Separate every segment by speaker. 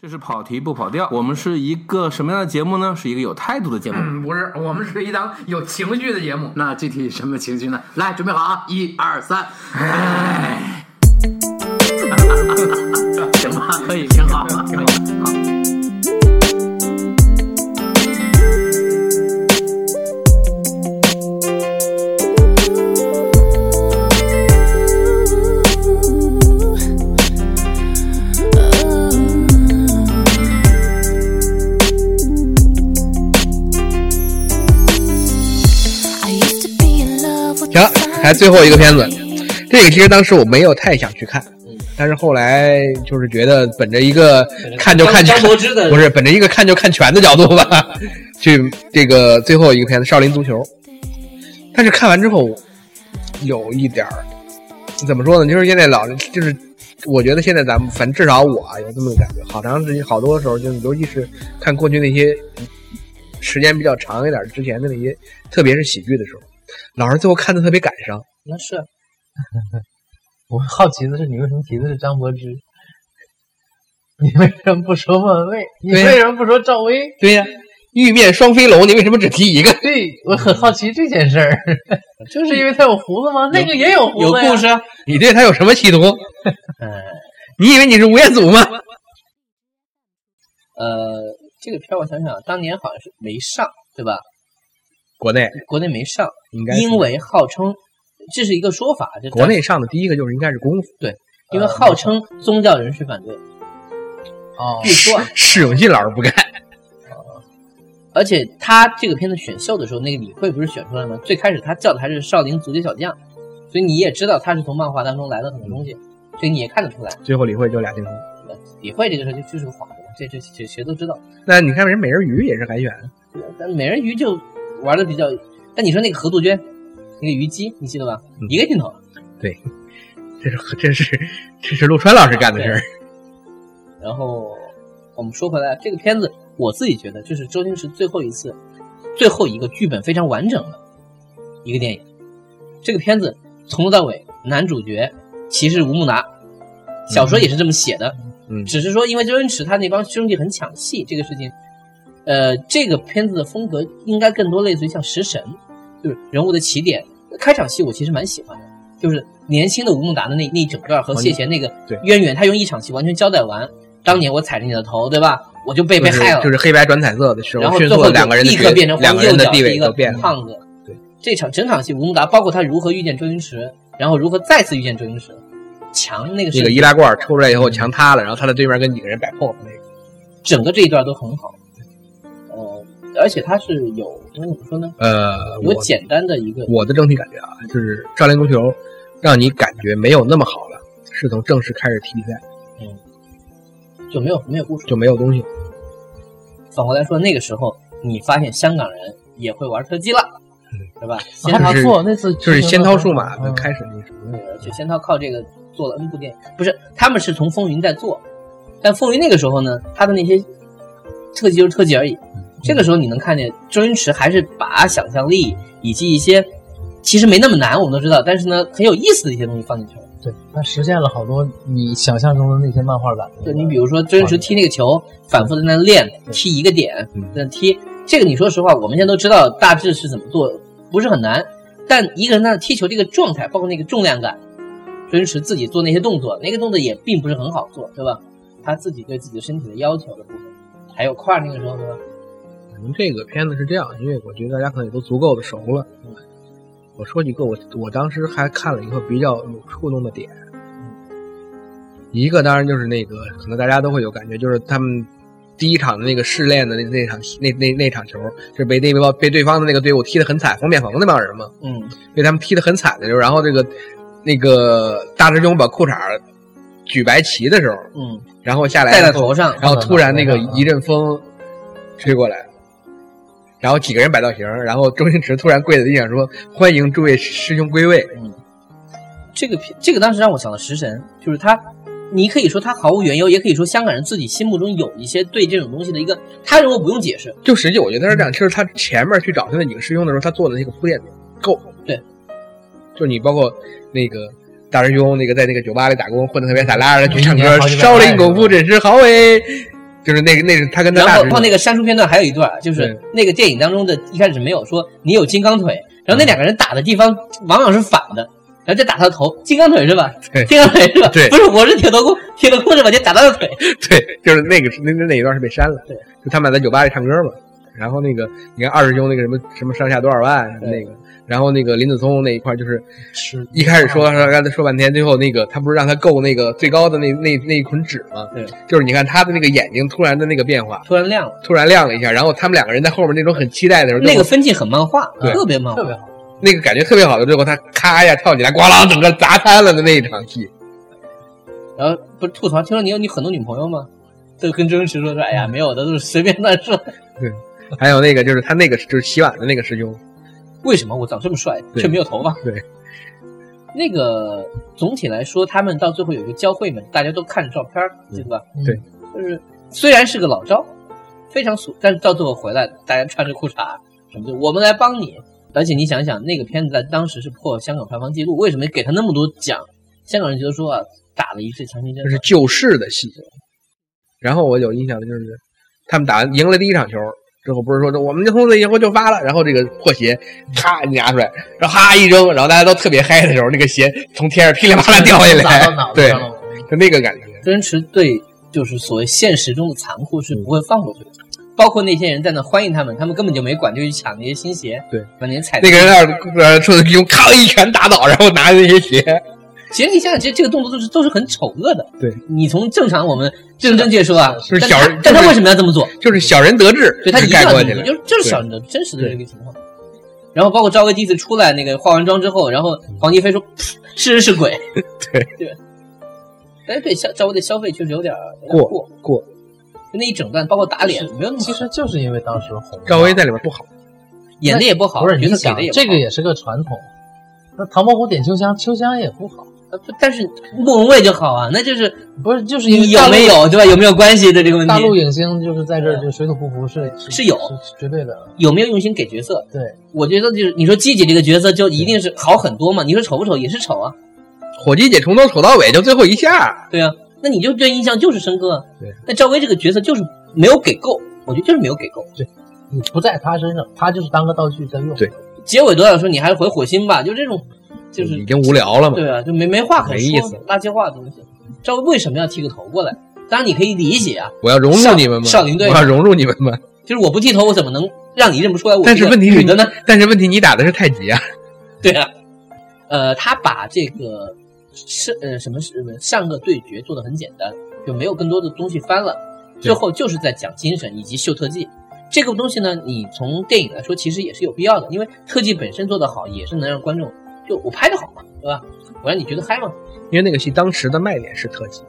Speaker 1: 这是跑题不跑调。我们是一个什么样的节目呢？是一个有态度的节目。
Speaker 2: 嗯，不是，我们是一档有情绪的节目。
Speaker 3: 那具体什么情绪呢？来，准备好啊！一二三，哎， 行吧，可以，挺好，挺好。好
Speaker 4: 行，还最后一个片子，这个其实当时我没有太想去看，
Speaker 5: 嗯
Speaker 4: 但是后来就是觉得本着一个看就看全
Speaker 5: 张，柏芝的
Speaker 4: 不是本着一个看就看全的角度吧， 去这个最后一个片子《少林足球》，但是看完之后有一点儿怎么说呢？就是现在老就是我觉得现在咱们反正至少我啊有这么个感觉，好长时间好多时候就是尤其是看过去那些时间比较长一点儿之前的那些，特别是喜剧的时候，老是最后看的特别感伤。
Speaker 5: 那是
Speaker 6: 我好奇的是，你为什么提的是张柏芝？ 你为什么不说莫文蔚？你
Speaker 4: 对呀
Speaker 6: 为什么不说赵薇？
Speaker 4: 对呀、玉面双飞龙，你为什么只提一个？
Speaker 6: 对，我很好奇这件事儿， 就是因为他有胡子吗？那个也有胡子，
Speaker 5: 有故。事啊，
Speaker 4: 你对他有什么 企图？嗯 你以为你是吴彦祖吗？
Speaker 6: 呃，这个片儿我想想，当年好像是没上，对吧？
Speaker 4: 国内
Speaker 6: 国内没上，
Speaker 4: 应该是
Speaker 6: 因为号称这是一个说法，这
Speaker 4: 国内上的第一个就是应该是功夫，
Speaker 6: 因为号称宗教人士反对，
Speaker 4: 哦
Speaker 6: 据 说啊
Speaker 4: 释永信老师不干，
Speaker 6: 而且他这个片子选秀的时候，那个李慧不是选出来吗？最开始他叫的还是少林足球小将，所以你也知道他是从漫画当中来了很多东西，所以你也看得出来，
Speaker 4: 最后李慧就俩定输。
Speaker 6: 李慧这个事儿就就是个幌子嘛，这这这谁都知道。
Speaker 4: 那你看人美人鱼也是海选，啊
Speaker 6: 但美人鱼就玩的比较，但你说那个何杜鹃，那个虞姬，你记得吧？
Speaker 4: 嗯
Speaker 6: 一个镜头，
Speaker 4: 这是这是这是陆川老师干的事儿。
Speaker 6: 然后我们说回来，这个片子我自己觉得就是周星驰最后一次、最后一个剧本非常完整的一个电影。这个片子从头到尾，男主角其实吴孟达，小说也是这么写的，
Speaker 4: 嗯
Speaker 6: 只是说因为周星驰他那帮兄弟很抢戏这个事情，呃，这个片子的风格应该更多类似于像《食神》，就是人物的起点。开场戏我其实蛮喜欢的，就是年轻的吴孟达的那那一整段和谢贤那个
Speaker 4: 哦对
Speaker 6: 渊源，他用一场戏完全交代完。当年我踩着你的头，对吧？我就被被害了，
Speaker 4: 就是黑白转彩色的时
Speaker 6: 然
Speaker 4: 候，
Speaker 6: 后
Speaker 4: 迅
Speaker 6: 最
Speaker 4: 速
Speaker 6: 后
Speaker 4: 地两个人的
Speaker 6: 立
Speaker 4: 角
Speaker 6: 刻变成
Speaker 4: 两
Speaker 6: 黄
Speaker 4: 个
Speaker 6: 右
Speaker 4: 人的
Speaker 6: 脚
Speaker 4: 地
Speaker 6: 是一
Speaker 4: 位
Speaker 6: 个
Speaker 4: 都变了。
Speaker 6: 胖子。
Speaker 4: 对，
Speaker 6: 这场整场戏，吴孟达包括他如何遇见周星驰，然后如何再次遇见周星驰，强那
Speaker 4: 那
Speaker 6: 个是
Speaker 4: 个易拉罐抽出来以后墙塌了，然后他在对面跟几个人摆 pose 那个，
Speaker 6: 整个这一段都很好。呃，而且他是有，那怎么说呢？
Speaker 4: 呃，
Speaker 6: 有
Speaker 4: 我
Speaker 6: 简单的一个
Speaker 4: 我的整体感觉啊，就是少林足球让你感觉没有那么好了，是从正式开始踢比赛
Speaker 6: 就没有没有故事。
Speaker 4: 就没有东西。
Speaker 6: 反过来说，那个时候你发现香港人也会玩射击了，对吧？先
Speaker 4: 啊
Speaker 6: 他
Speaker 4: 他
Speaker 6: 而
Speaker 4: 是就
Speaker 6: 且
Speaker 4: 是
Speaker 5: 做那次
Speaker 4: 就是先掏数码的
Speaker 5: 嗯
Speaker 4: 开始那什么，
Speaker 6: 先涛靠这个做了 N 部电影，不是他们是从风云在做，但风云那个时候呢，他的那些特技就是特技而已。这个时候你能看见周星驰还是把想象力以及一些其实没那么难，我们都知道，但是呢很有意思的一些东西放进去了。
Speaker 5: 对，他实现了好多你想象中的那些漫画版的。
Speaker 6: 对你比如说周星驰踢那个球，反复在那练
Speaker 4: 嗯
Speaker 6: 踢一个点，那踢这个你说实话，我们现在都知道大致是怎么做，不是很难。但一个人呢踢球这个状态，包括那个重量感，周星驰自己做那些动作，那个动作也并不是很好做，对吧？他自己对自己的身体的要求的部分，还有块儿那个时候，对吧？
Speaker 4: 反正这个片子是这样，因为我觉得大家可能也都足够的熟了。我说几个我我当时还看了一个比较有触动的点，一个当然就是那个可能大家都会有感觉，就是他们第一场的那个试炼的那那场那那那场球是被那个被对方的那个队伍踢得很惨，冯扁冯那帮人嘛，
Speaker 6: 嗯，
Speaker 4: 被他们踢得很惨的时候，然后这个那个大师兄把裤衩儿举白旗的时候，
Speaker 6: 嗯，
Speaker 4: 然后下来
Speaker 6: 戴在
Speaker 4: 以后
Speaker 6: 头上，
Speaker 4: 然后突然
Speaker 6: 嗯
Speaker 4: 那个一阵风吹过来，然后几个人摆造型，然后周星驰突然跪在地上说：“欢迎诸位师兄归位。
Speaker 6: 这个片，这个当时让我想到《食神》，就是他，你可以说他毫无缘由，也可以说香港人自己心目中有一些对这种东西的一个，他认为不用解释，”
Speaker 4: 就实际我觉得他是这样，就是他前面去找他那几个师兄的时候，他做的那个铺垫够。
Speaker 6: 对，
Speaker 4: 就你包括那个大
Speaker 6: 嗯
Speaker 4: 师兄那个在那个酒吧里打工混的特别惨，拉着他去唱
Speaker 5: 一年
Speaker 4: 歌，
Speaker 5: 好几百万
Speaker 4: 少林功夫真是好哎。就是那个那是他跟他
Speaker 6: 然
Speaker 4: 大
Speaker 6: 后
Speaker 4: 侄
Speaker 6: 到那
Speaker 4: 女，
Speaker 6: 个删除片段还有一段，就是
Speaker 4: 对
Speaker 6: 那个电影当中的一开始没有说你有金刚腿，然后那两个人打的地方往往是反的，然后再打他头，金刚腿是吧？
Speaker 4: 对
Speaker 6: 金刚腿是吧？
Speaker 4: 对
Speaker 6: 不是我是铁头功，铁头功是吧？就打他的腿，
Speaker 4: 对，就是那个是那那那一段是被删了，
Speaker 6: 对，
Speaker 4: 就他们俩在酒吧里唱歌嘛，然后那个你看二师兄那个什么什么上下多少万什么那个，然后那个林子聪那一块就是
Speaker 5: 吃
Speaker 4: 一开始说说刚才说半天，最后那个他不是让他够那个最高的那那那一捆纸吗？
Speaker 6: 对，
Speaker 4: 就是你看他的那个眼睛突然的那个变化，
Speaker 6: 突然亮了。
Speaker 4: 突然亮了一下，然后他们两个人在后面那种很期待的时候，
Speaker 6: 那个
Speaker 4: 最后
Speaker 6: 分镜很漫画，
Speaker 4: 对
Speaker 6: 特别漫画
Speaker 5: 特。别好，
Speaker 4: 那个感觉特别好的，最后他咔一下跳起来，咣啷整个砸瘫了的那一场戏，
Speaker 6: 然后不是吐槽，听说你有你很多女朋友吗？都跟周星驰说说，哎呀，没有的，都是随便乱说。
Speaker 4: 还有那个就是他那个就是洗碗的那个师兄，
Speaker 6: 为什么我长这么帅
Speaker 4: 对
Speaker 6: 却没有头发？
Speaker 4: 对，
Speaker 6: 那个总体来说，他们到最后有一个交汇嘛，大家都看着照片儿，对吧？
Speaker 4: 对，
Speaker 6: 就是虽然是个老招，非常俗，但是到最后回来，大家穿着裤衩什么的，我们来帮你。而且你想想，那个片子在当时是破香港票房纪录，为什么给他那么多奖？香港人觉得说啊，打了一剂强心针
Speaker 4: 就，是救世的戏。然后我有印象的就是，他们打完赢了第一场球之后，不是说我们这从此以后就发了，然后这个破鞋咔你拿出来，然后哈一扔，然后大家都特别嗨的时候，那个鞋从天上噼里啪啦掉下
Speaker 5: 砸到
Speaker 4: 来，
Speaker 5: 脑袋
Speaker 4: 对
Speaker 5: 上，了。
Speaker 4: 就那个感觉。
Speaker 6: 周星驰对就是所谓现实中的残酷是不会放过对的，包括那些人在那欢迎他们，他们根本就没管，就去抢那些新鞋，
Speaker 4: 对，
Speaker 6: 把那些踩
Speaker 4: 那个人要是呃冲着用咔一拳打倒，然后拿着那些鞋，
Speaker 6: 其实你想想，其实这个动作都是都是很丑恶的。
Speaker 4: 对，
Speaker 6: 你从正常我们正正界说啊，
Speaker 4: 是
Speaker 6: 但
Speaker 4: 小
Speaker 6: 他
Speaker 4: 人
Speaker 6: 但他
Speaker 4: 就是
Speaker 6: 为什么要这么做？
Speaker 4: 就是小人得志，
Speaker 6: 对他一定
Speaker 4: 概
Speaker 6: 要
Speaker 4: 括
Speaker 6: 这
Speaker 4: 起
Speaker 6: 么做，
Speaker 4: 来。
Speaker 6: 就是就是
Speaker 4: 对
Speaker 6: 小人的真实的这个情况。然后包括赵薇第一次出来那个化完妆之后，然后黄一飞说噗是人是鬼，
Speaker 4: 对
Speaker 6: 对。但是对消赵薇的消费确实有点儿有点
Speaker 4: 过
Speaker 6: 儿过
Speaker 4: 过，
Speaker 6: 就那一整段包括打脸
Speaker 5: 是
Speaker 6: 没有那么
Speaker 5: 其实就是因为当时红嘛，
Speaker 4: 赵薇在里面不好，
Speaker 6: 演的也不好，
Speaker 5: 不是
Speaker 6: 角
Speaker 5: 你
Speaker 6: 色给
Speaker 5: 想
Speaker 6: 的也不好
Speaker 5: 这个也是个传统。那唐伯虎点秋香，秋香也不好，
Speaker 6: 呃不但是莫文蔚就好啊，那就是
Speaker 5: 不是就是因为
Speaker 6: 你有
Speaker 5: 大陆
Speaker 6: 没有对吧？有没有关系的这个问
Speaker 5: 大陆
Speaker 6: 题？
Speaker 5: 影星就是在这儿就水土不服是
Speaker 6: 是有
Speaker 5: 是绝对的，
Speaker 6: 有没有用心给角色？
Speaker 5: 对，
Speaker 6: 我觉得就是你说季姐这个角色就一定是好很多嘛？你说丑不丑也是丑啊，
Speaker 4: 火鸡姐从头瞅到尾，就最后一下，
Speaker 6: 对啊，那你就对印象就是深刻啊。
Speaker 4: 对，
Speaker 6: 那赵薇这个角色就是没有给够，我觉得就是没有给够。
Speaker 5: 你不在他身上，他就是当个道具在用。
Speaker 4: 对
Speaker 6: 结尾多少说你还是回火星吧，就这种，就
Speaker 4: 已
Speaker 6: 是
Speaker 4: 经无聊了嘛。
Speaker 6: 对啊，就没没话可
Speaker 4: 没
Speaker 6: 说，
Speaker 4: 意思
Speaker 6: 垃圾话的东西。赵薇为什么要剃个头过来？当然你可以理解啊，
Speaker 4: 我要融入
Speaker 6: 少
Speaker 4: 你们吗？
Speaker 6: 少林队
Speaker 4: 我要融入你们吗？
Speaker 6: 就是我不剃头，我怎么能让你认不出来我？
Speaker 4: 但是问题是
Speaker 6: 女的呢？
Speaker 4: 但是问题，你打的是太极啊，
Speaker 6: 对啊，呃，他把这个是呃什么是呃善恶对决做的很简单，就没有更多的东西翻了，最后就是在讲精神以及秀特技。这个东西呢，你从电影来说，其实也是有必要的，因为特技本身做得好，也是能让观众就我拍的好嘛，对吧？我让你觉得嗨嘛。
Speaker 4: 因为那个戏当时的卖点是特技，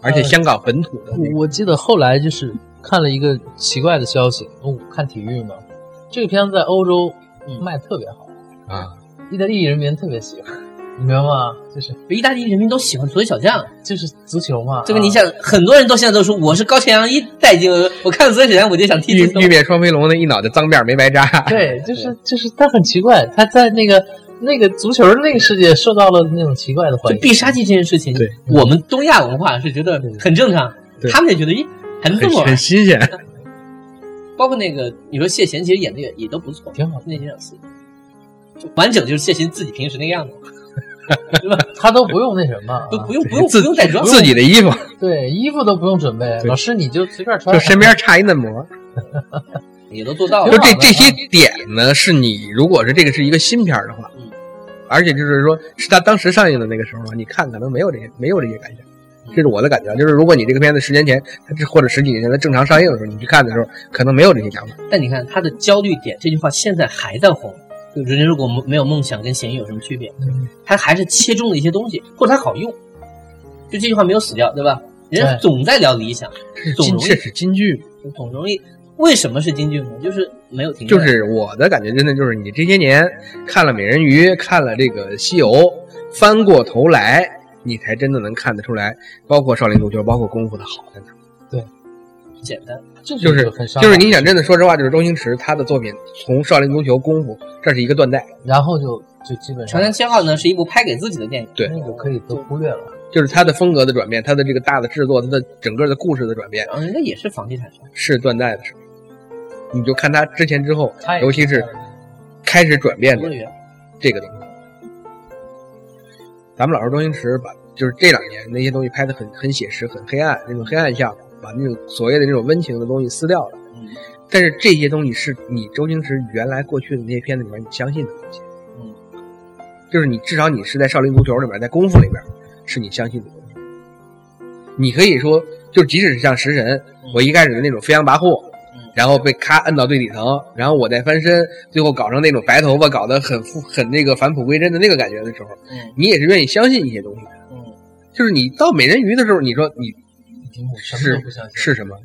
Speaker 4: 而
Speaker 6: 呃
Speaker 4: 且香港本土的那个
Speaker 5: 我记得后来就是看了一个奇怪的消息，我看体育嘛，这个片子在欧洲卖特别好，
Speaker 6: 嗯
Speaker 4: 啊，
Speaker 5: 意大利人民特别喜欢，你明白吗？就是
Speaker 6: 意大利人民都喜欢足球小将，
Speaker 5: 就是足球嘛，
Speaker 6: 这个
Speaker 5: 啊
Speaker 6: 你想，很多人都现在都说我是高前洋一代金额，我看足球小将我就想踢
Speaker 4: 玉
Speaker 6: 足球
Speaker 4: 玉。面双飞龙那一脑袋脏辫儿没白扎，
Speaker 5: 对，就是就是他很奇怪，他在那个那个足球的那个世界受到了那种奇怪的欢
Speaker 6: 就
Speaker 5: 迎。
Speaker 6: 必杀技这件事情，
Speaker 4: 对
Speaker 6: 我们东亚文化是觉得很正常
Speaker 4: 对，
Speaker 6: 他们也觉得咦，还能这
Speaker 4: 很
Speaker 6: 么玩
Speaker 4: 很。新鲜。
Speaker 6: 包括那个你说谢贤，其实演的也也都不错，
Speaker 5: 挺好的
Speaker 6: 那几场戏，就完整就是谢贤自己平时那个样子，对吧？
Speaker 5: 他都不用那什么、啊
Speaker 6: 不，不用不用不
Speaker 4: 啊自
Speaker 6: 用再装，
Speaker 4: 自己的衣服
Speaker 6: 嗯
Speaker 5: 对，衣服都不用准备，
Speaker 4: 对
Speaker 5: 老师你就随便穿
Speaker 4: 就。身边差一嫩模，
Speaker 6: 也都做到
Speaker 4: 就
Speaker 6: 了
Speaker 5: 挺。
Speaker 4: 这
Speaker 5: 好的
Speaker 4: 这些点呢，是你如果是这个是一个新片儿的话
Speaker 6: 嗯，
Speaker 4: 而且就是说是他当时上映的那个时候啊，你看可能没有这些没有这些感想，
Speaker 6: 嗯
Speaker 4: 这是我的感觉啊。就是如果你这个片子十年前，它是或者十几年前它正常上映的时候，你去看的时候，可能没有这些想法。
Speaker 6: 但你看他的焦虑点这句话现在还在红，就人如果没有梦想跟咸鱼有什么区别？
Speaker 4: 嗯
Speaker 6: 他还是切中了一些东西，或者他好用，就这句话没有死掉，对吧？人家
Speaker 5: 对
Speaker 6: 总在聊理想，
Speaker 4: 是
Speaker 6: 总
Speaker 4: 金
Speaker 6: 容易
Speaker 4: 这是金句吗
Speaker 6: 总容易。为什么是金句呢？就是没有停下
Speaker 4: 就
Speaker 6: 来，
Speaker 4: 是我的感觉，真的就是你这些年看了《美人鱼》，看了这个《西游》，翻过头来，你才真的能看得出来，包括《少林足球》，包括功夫的好在哪儿。
Speaker 6: 简单。
Speaker 5: 就是
Speaker 4: 就
Speaker 5: 就是很伤
Speaker 4: 就是
Speaker 5: 感
Speaker 4: 你想真的说实话，就是周星驰他的作品从《少林足球》《功夫》，这是一个断代。
Speaker 5: 然后就就基本
Speaker 6: 《
Speaker 5: 上
Speaker 6: 长江七号》呢是一部拍给自己的电影，
Speaker 4: 对
Speaker 5: 那个可以都忽略了。
Speaker 4: 就是他的风格的转变，他的这个大的制作，他的整个的故事的转变
Speaker 6: 然后人嗯家也是房地产商，
Speaker 4: 是断代的事。你就看他之前之后
Speaker 5: 他，也
Speaker 4: 尤其是开始转变的
Speaker 6: 乐园
Speaker 4: 这个东西。咱们老说周星驰把就是这两年那些东西拍的很很写实、很黑暗，那种黑暗效果，把那种所谓的那种温情的东西撕掉了。
Speaker 6: 嗯
Speaker 4: 但是这些东西是你周星驰原来过去的那些片子里面你相信的东西，
Speaker 6: 嗯，
Speaker 4: 就是你至少你是在《少林足球》里面，在《功夫》里面是你相信的东西。你可以说，就即使是像《食神》，我一开始的那种飞扬跋扈，
Speaker 6: 嗯
Speaker 4: 然后被咔摁到最底层，然后我再翻身，最后搞成那种白头发，搞得很复很那个返璞归真的那个感觉的时候，
Speaker 6: 嗯
Speaker 4: 你也是愿意相信一些东西的。
Speaker 6: 嗯，
Speaker 4: 就是你到美人鱼的时候，你说你
Speaker 5: 已经我什么都不相信。
Speaker 4: 是什么？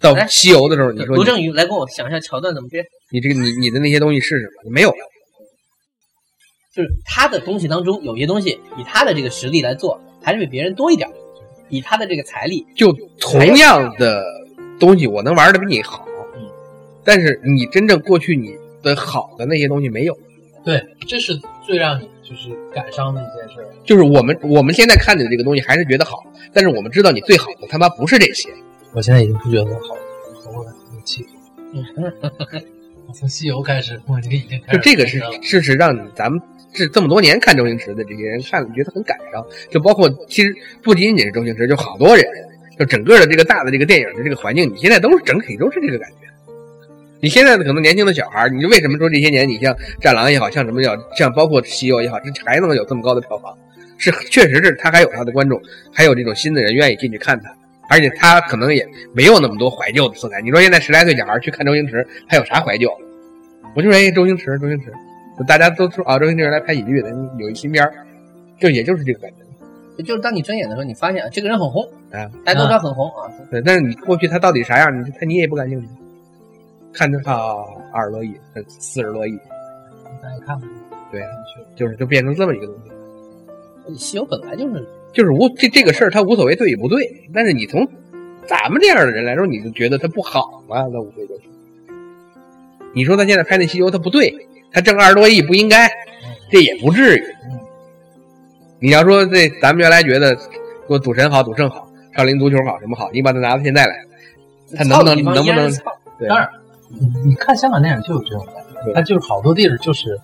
Speaker 4: 到西游的时候，你说
Speaker 6: 哎卢
Speaker 4: 你
Speaker 6: 正雨来跟我想一下桥段怎么编，
Speaker 4: 你这个你你的那些东西是什么？没有了。
Speaker 6: 就是他的东西当中有些东西以他的这个实力来做，还是比别人多一点儿，以他的这个财力，
Speaker 4: 就同样的东西，我能玩的比你好，
Speaker 6: 嗯
Speaker 4: 但是你真正过去你的好的那些东西没有。
Speaker 5: 对，这是最让你就是感伤的一件事儿。
Speaker 4: 就是我们我们现在看见的这个东西还是觉得好，但是我们知道你最好的他妈不是这些。
Speaker 5: 我现在已经不觉得好了，我很生气。我从西游开始，我这个已经开
Speaker 4: 就
Speaker 5: 始
Speaker 4: 这个是
Speaker 5: 感伤了
Speaker 4: 事实让咱们这这么多年看周星驰的这些人看了觉得很感伤，就包括其实不仅仅是周星驰，就好多人，就整个的这个大的这个电影的这个环境，你现在都是整体都是这个感觉。你现在的可能年轻的小孩儿，你就为什么说这些年你像《战狼》也好像什么叫像包括《西游》也好，这还能有这么高的票房，是确实是他还有他的观众，还有这种新的人愿意进去看他。而且他可能也没有那么多怀旧的色彩。你说现在十来岁小孩儿去看周星驰，他有啥怀旧？啊我就说哎，周星驰，周星驰，就大家都说啊，周星驰原来拍喜剧的，有一新片儿，就也就是这个感觉。
Speaker 6: 就是当你睁眼的时候，你发现啊这个人很红，
Speaker 4: 啊
Speaker 6: 大家都知道很红啊，
Speaker 4: 对，但是你过去他到底啥样，你他你也不感兴趣。看他啊，二十多亿，四十多亿，
Speaker 5: 咱也看不
Speaker 4: 对，就是就变成这么一个东西。
Speaker 6: 西游本来就是
Speaker 4: 就是无这这个事儿，他无所谓对与不对，但是你从咱们这样的人来说，你就觉得他不好嘛，那无非就是。你说他现在拍那西游，他不对，他挣二十多亿不应该，
Speaker 6: 嗯
Speaker 4: 这也不至于。你要说这咱们原来觉得说赌神好，赌圣好，少林足球好什么好，你把它拿到现在来，他能不能
Speaker 6: 操你妈
Speaker 4: 能不
Speaker 6: 一样
Speaker 4: 能
Speaker 6: 是操
Speaker 4: 对
Speaker 5: 当然你你看香港电影就有这种感觉，
Speaker 4: 对
Speaker 5: 它就是好多地儿就是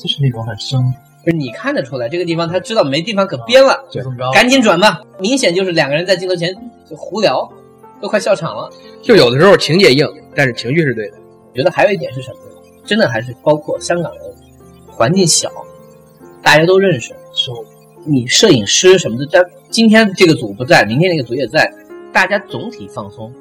Speaker 5: 就是那种很生，
Speaker 6: 不是你看得出来，这个地方他知道没地方可编了，
Speaker 5: 就这么着。
Speaker 6: 赶紧转吧。明显就是两个人在镜头前就胡聊，都快笑场了。
Speaker 4: 就有的时候情节硬，但是情绪是对的。
Speaker 6: 我觉得还有一点是什么呢？真的还是包括香港人环境小，大家都认识。
Speaker 5: 收
Speaker 6: 你摄影师什么的，但今天这个组不在，明天那个组也在，大家总体放松。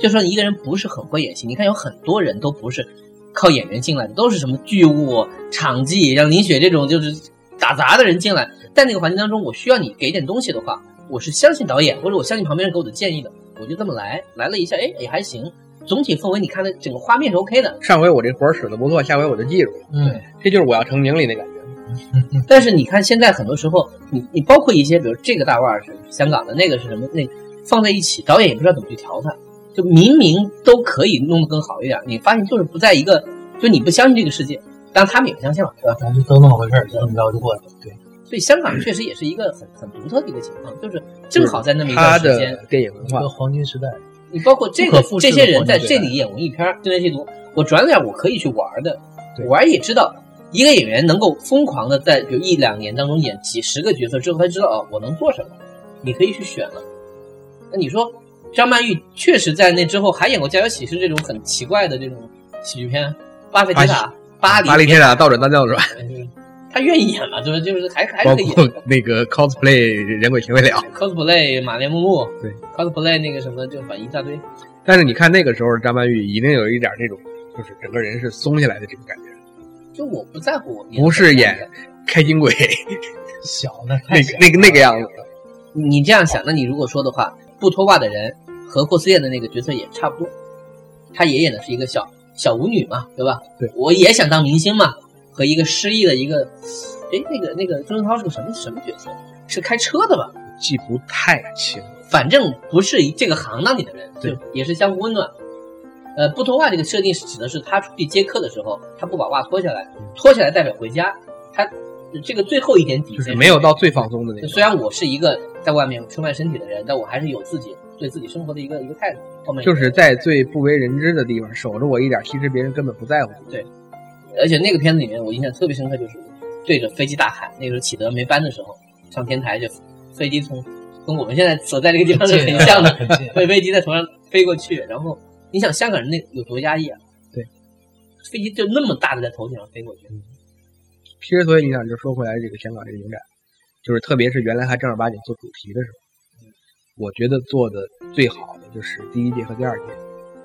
Speaker 6: 就说你一个人不是很会演戏，你看有很多人都不是靠演员进来的，都是什么剧务、场记，像林雪这种就是打杂的人进来。在那个环境当中，我需要你给点东西的话，我是相信导演或者我相信旁边人给我的建议的，我就这么来，来了一下，哎，也还行。总体氛围，你看的整个画面是 OK 的，
Speaker 4: 上回我这活儿使的不错，下回我就记住了，
Speaker 5: 嗯，
Speaker 4: 这就是我要成名里那感觉。嗯
Speaker 6: 但是你看，现在很多时候，你你包括一些，比如这个大腕儿是香港的，那个是什么，那放在一起，导演也不知道怎么去调它，就明明都可以弄得更好一点，你发现就是不在一个，就你不相信这个世界，当然他们也不相信了，对吧？
Speaker 5: 咱就都那么回事儿，就这么着就过去了。对，
Speaker 6: 所以香港确实也是一个很很独特的一个情况，就是正好在那么一
Speaker 4: 他
Speaker 6: 段时间，
Speaker 4: 的电影文
Speaker 5: 一
Speaker 4: 化
Speaker 5: 个黄金时代，
Speaker 6: 你包括这
Speaker 5: 不
Speaker 6: 个
Speaker 5: 可复制
Speaker 6: 这
Speaker 5: 的
Speaker 6: 些人在
Speaker 5: 环境
Speaker 6: 这里演文艺片儿、正在吸毒，我转脸我可以去玩儿的，
Speaker 5: 对
Speaker 6: 玩儿也知道。一个演员能够疯狂的在比如一两年当中演几十个角色之后，他知道啊、我能做什么，你可以去选了。那你说张曼玉确实在那之后还演过《家有喜事》这种很奇怪的这种喜剧片，《巴菲特塔》巴黎
Speaker 4: 巴黎铁塔倒转大调转。
Speaker 6: 就是他愿意演嘛，就是就是还还
Speaker 4: 包
Speaker 6: 可以演
Speaker 4: 括那个 cosplay 人鬼情未了。
Speaker 6: cosplay 马莲木木，
Speaker 4: 对
Speaker 6: cosplay 那个什么就反正一大堆。
Speaker 4: 但是你看那个时候张曼玉一定有一点那种，就是整个人是松下来的这种感觉，
Speaker 6: 就我不在乎我演
Speaker 4: 不是
Speaker 6: 怎么
Speaker 4: 演
Speaker 6: 样的
Speaker 4: 开心鬼
Speaker 5: 小那太
Speaker 4: 那个
Speaker 5: 小
Speaker 4: 那个那个样子。
Speaker 6: 你这样想，那你如果说的话，不脱袜的人和霍思燕的那个角色也差不多，她也演的是一个小小舞女嘛，对吧？
Speaker 4: 对，
Speaker 6: 我也想当明星嘛，和一个失忆的一个，哎，那个那个周润涛是个什么什么角色？是开车的吧？
Speaker 4: 记不太清，
Speaker 6: 反正不是这个行当里的人，
Speaker 4: 对
Speaker 6: 就也是相互温暖。呃，不脱袜这个
Speaker 4: 嗯
Speaker 6: 设定是指的是他出去接客的时候，他不把袜脱下来，脱下来代表回家，他这个最后一点底
Speaker 4: 就
Speaker 6: 线
Speaker 4: 是没有到最放松的那
Speaker 6: 就
Speaker 4: 种。
Speaker 6: 虽然我是一个在外面出卖身体的人，但我还是有自己对自己生活的一个一个态度。后面
Speaker 4: 就是在最不为人知的地方守着我一点，其实别人根本不在乎。
Speaker 6: 而且那个片子里面，我印象特别深刻，就是对着飞机大喊。那个时候启德没搬的时候，上天台就飞机从跟我们现在所在这个地方是很像的，
Speaker 5: 很近。
Speaker 6: 被飞机在头上飞过去。然后你想香港人那有多压抑啊？
Speaker 4: 对，嗯
Speaker 6: 飞机就那么大的在头顶上飞过去，
Speaker 4: 其实，所以你想，就说回来这个香港这个影展，就是特别是原来还正儿八经做主题的时候，我觉得做的最好的就是第一届和第二届，